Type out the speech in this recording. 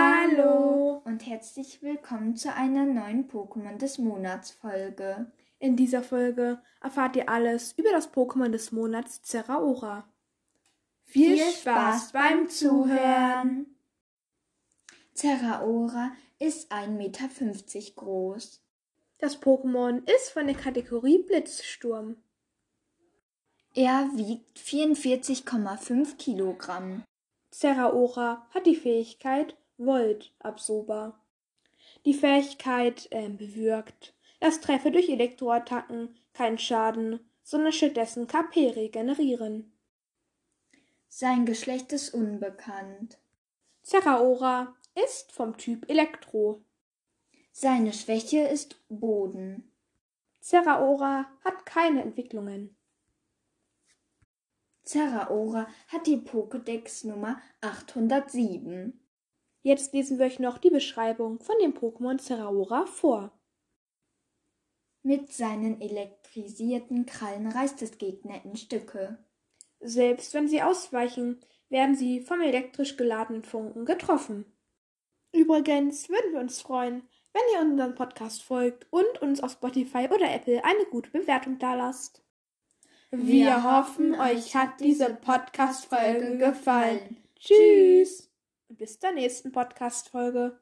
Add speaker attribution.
Speaker 1: Hallo.
Speaker 2: und herzlich willkommen zu einer neuen Pokémon des Monats Folge.
Speaker 1: In dieser Folge erfahrt ihr alles über das Pokémon des Monats Zeraora.
Speaker 2: Zeraora ist 1,50 Meter groß.
Speaker 1: Das Pokémon ist von der Kategorie Blitzsturm.
Speaker 2: Er wiegt 44,5 Kilogramm.
Speaker 1: Zeraora hat die Fähigkeit Volt Absorber. Die Fähigkeit ähm, bewirkt, dass Treffer durch Elektroattacken keinen Schaden, sondern stattdessen KP regenerieren.
Speaker 2: Sein Geschlecht ist unbekannt.
Speaker 1: Zeraora ist vom Typ Elektro.
Speaker 2: Seine Schwäche ist Boden.
Speaker 1: Zeraora hat keine Entwicklungen.
Speaker 2: Zeraora hat die Pokédex Nummer 807.
Speaker 1: Jetzt lesen wir euch noch die Beschreibung von dem Pokémon Zeraora vor.
Speaker 2: Mit seinen elektrisierten Krallen reißt es Gegner in Stücke.
Speaker 1: Selbst wenn sie ausweichen, werden sie vom elektrisch geladenen Funken getroffen. Übrigens würden wir uns freuen, wenn ihr unserem Podcast folgt und uns auf Spotify oder Apple eine gute Bewertung dalasst.
Speaker 2: Wir hoffen, euch hat diese
Speaker 1: Podcast-Folge
Speaker 2: gefallen.
Speaker 1: Tschüss und bis zur nächsten Podcast-Folge.